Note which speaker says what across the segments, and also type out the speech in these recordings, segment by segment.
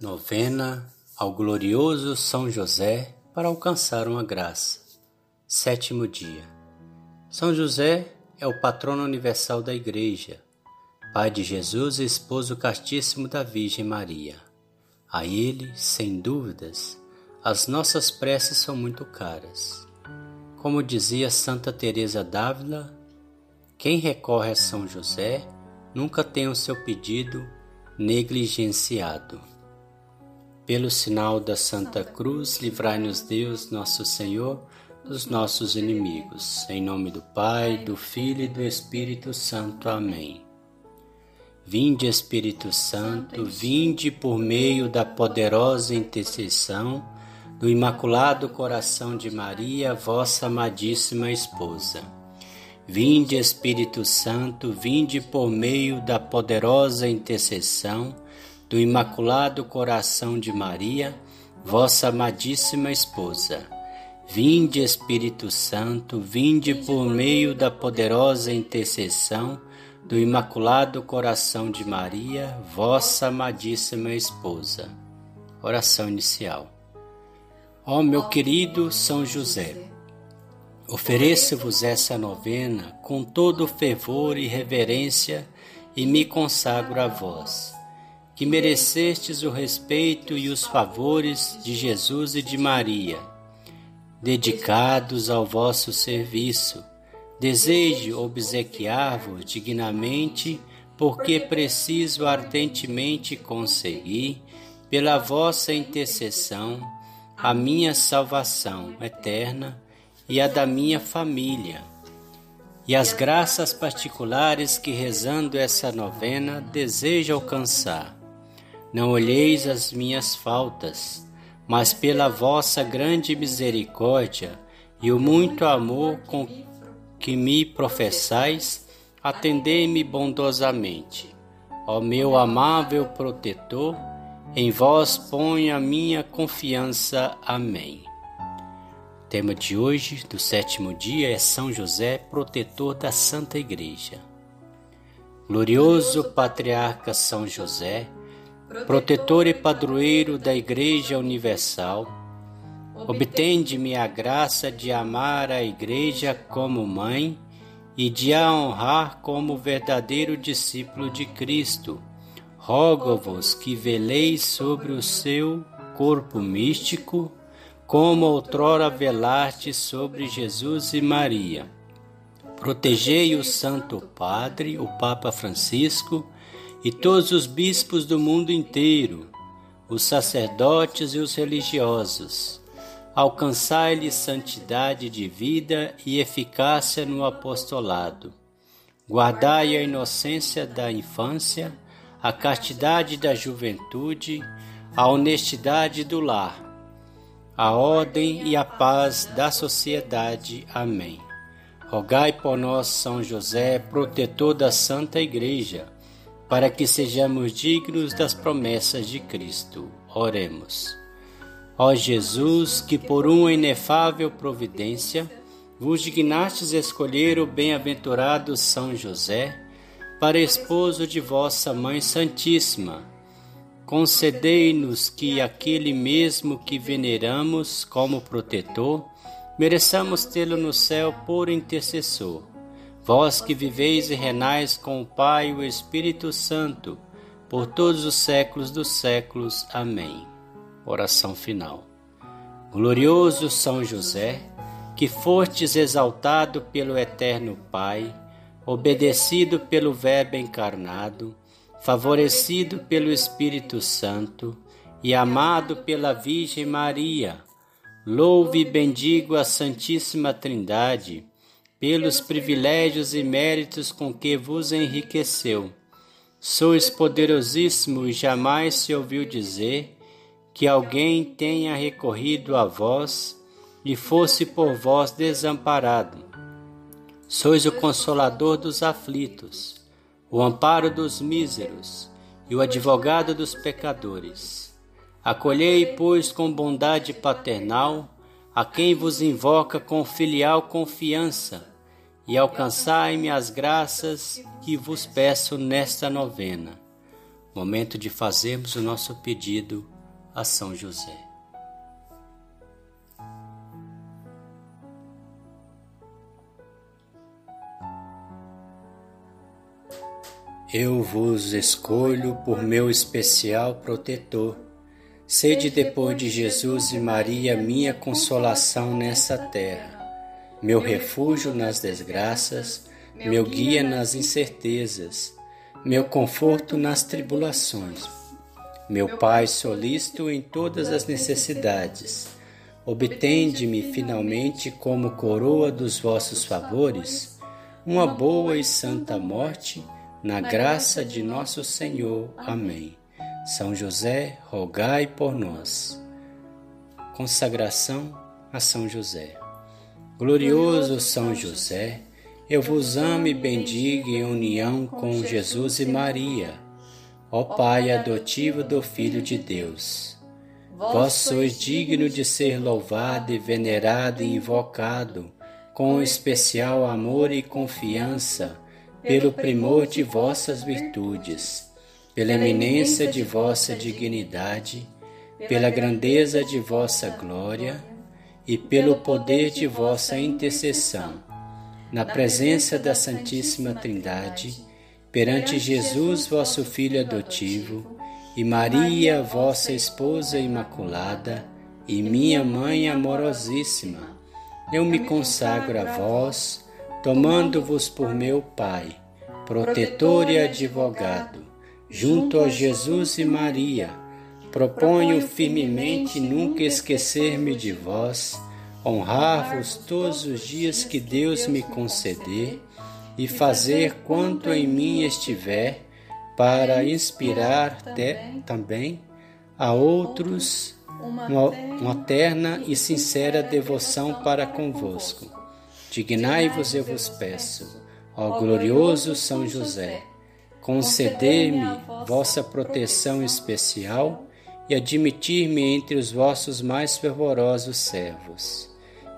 Speaker 1: Novena ao glorioso São José para alcançar uma graça. Sétimo dia. São José é o patrono universal da Igreja, pai de Jesus e esposo castíssimo da Virgem Maria. A ele, sem dúvidas, as nossas preces são muito caras. Como dizia Santa Teresa d'Ávila, quem recorre a São José nunca tem o seu pedido negligenciado. Pelo sinal da Santa Cruz, livrai-nos Deus, nosso Senhor, dos nossos inimigos. Em nome do Pai, do Filho e do Espírito Santo. Amém. Vinde, Espírito Santo, vinde por meio da poderosa intercessão do Imaculado Coração de Maria, vossa amadíssima esposa. Vinde, Espírito Santo, vinde por meio da poderosa intercessão do Imaculado Coração de Maria, vossa amadíssima esposa. Vinde, Espírito Santo, vinde por meio da poderosa intercessão do Imaculado Coração de Maria, vossa amadíssima esposa. Oração inicial. Ó meu querido São José, ofereço-vos essa novena com todo fervor e reverência e me consagro a vós que merecestes o respeito e os favores de Jesus e de Maria. Dedicados ao vosso serviço, desejo obsequiar-vos dignamente, porque preciso ardentemente conseguir, pela vossa intercessão, a minha salvação eterna e a da minha família e as graças particulares que rezando essa novena desejo alcançar. Não olheis as minhas faltas, mas pela vossa grande misericórdia e o muito amor com que me professais, atendei-me bondosamente. Ó meu amável protetor, em vós ponho a minha confiança. Amém. O tema de hoje, do sétimo dia, é São José, protetor da Santa Igreja. Glorioso Patriarca São José, protetor e padroeiro da Igreja Universal, obtende-me a graça de amar a Igreja como mãe e de a honrar como verdadeiro discípulo de Cristo. Rogo-vos que veleis sobre o seu corpo místico, como outrora velaste sobre Jesus e Maria. Protegei o Santo Padre, o Papa Francisco, e todos os bispos do mundo inteiro, os sacerdotes e os religiosos. Alcançai-lhes santidade de vida e eficácia no apostolado. Guardai a inocência da infância, a castidade da juventude, a honestidade do lar, a ordem e a paz da sociedade. Amém. Rogai por nós, São José, protetor da Santa Igreja, para que sejamos dignos das promessas de Cristo. Oremos. Ó Jesus, que por uma inefável providência vos dignastes escolher o bem-aventurado São José para esposo de vossa Mãe Santíssima. Concedei-nos que aquele mesmo que veneramos como protetor, mereçamos tê-lo no céu por intercessor. Vós que viveis e renais com o Pai e o Espírito Santo, por todos os séculos dos séculos. Amém. Oração final. Glorioso São José, que fortes exaltado pelo Eterno Pai, obedecido pelo Verbo encarnado, favorecido pelo Espírito Santo e amado pela Virgem Maria, louve e bendigo a Santíssima Trindade pelos privilégios e méritos com que vos enriqueceu. Sois poderosíssimo e jamais se ouviu dizer que alguém tenha recorrido a vós e fosse por vós desamparado. Sois o consolador dos aflitos o amparo dos míseros e o advogado dos pecadores. Acolhei, pois, com bondade paternal a quem vos invoca com filial confiança e alcançai-me as graças que vos peço nesta novena. Momento de fazermos o nosso pedido a São José. Eu vos escolho por meu especial protetor. Sede depois de Jesus e Maria minha consolação nessa terra, meu refúgio nas desgraças, meu guia nas incertezas, meu conforto nas tribulações, meu Pai solícito em todas as necessidades. Obtende-me finalmente como coroa dos vossos favores, uma boa e santa morte, na graça de nosso Senhor. Amém. São José, rogai por nós. Consagração a São José. Glorioso São José, eu vos amo e bendigo em união com Jesus e Maria. Ó Pai adotivo do Filho de Deus, vós sois digno de ser louvado e venerado e invocado com especial amor e confiança pelo primor de vossas virtudes, pela eminência de vossa dignidade, pela grandeza de vossa glória e pelo poder de vossa intercessão. Na presença da Santíssima Trindade, perante Jesus, vosso Filho adotivo, e Maria, vossa esposa imaculada, e minha mãe amorosíssima, eu me consagro a vós tomando-vos por meu Pai, protetor e advogado, junto a Jesus e Maria, proponho firmemente nunca esquecer-me de vós, honrar-vos todos os dias que Deus me conceder e fazer quanto em mim estiver para inspirar também a outros uma, uma terna e sincera devoção para convosco. Dignai-vos, eu vos peço, ó glorioso São José, conceder-me vossa proteção especial e admitir-me entre os vossos mais fervorosos servos.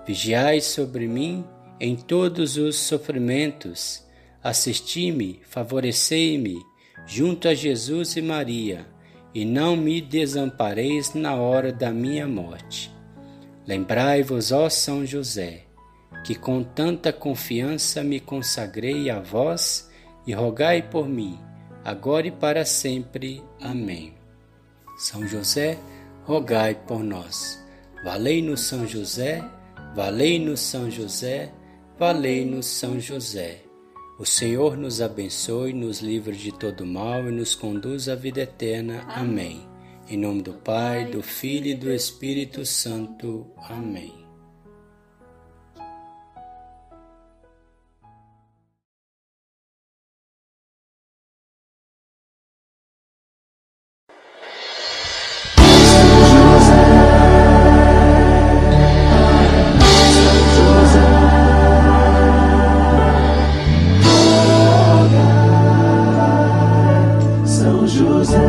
Speaker 1: Vigiai sobre mim em todos os sofrimentos, assisti-me, favorecei-me, junto a Jesus e Maria, e não me desampareis na hora da minha morte. Lembrai-vos, ó São José, que com tanta confiança me consagrei a vós e rogai por mim, agora e para sempre. Amém. São José, rogai por nós. Valei-nos São José, valei-nos São José, valei-nos São José. O Senhor nos abençoe, nos livre de todo mal e nos conduz à vida eterna. Amém. Em nome do Pai, do Filho e do Espírito Santo. Amém.
Speaker 2: José.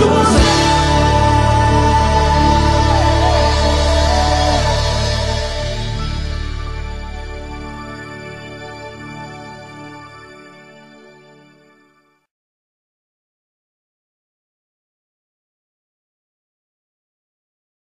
Speaker 2: José.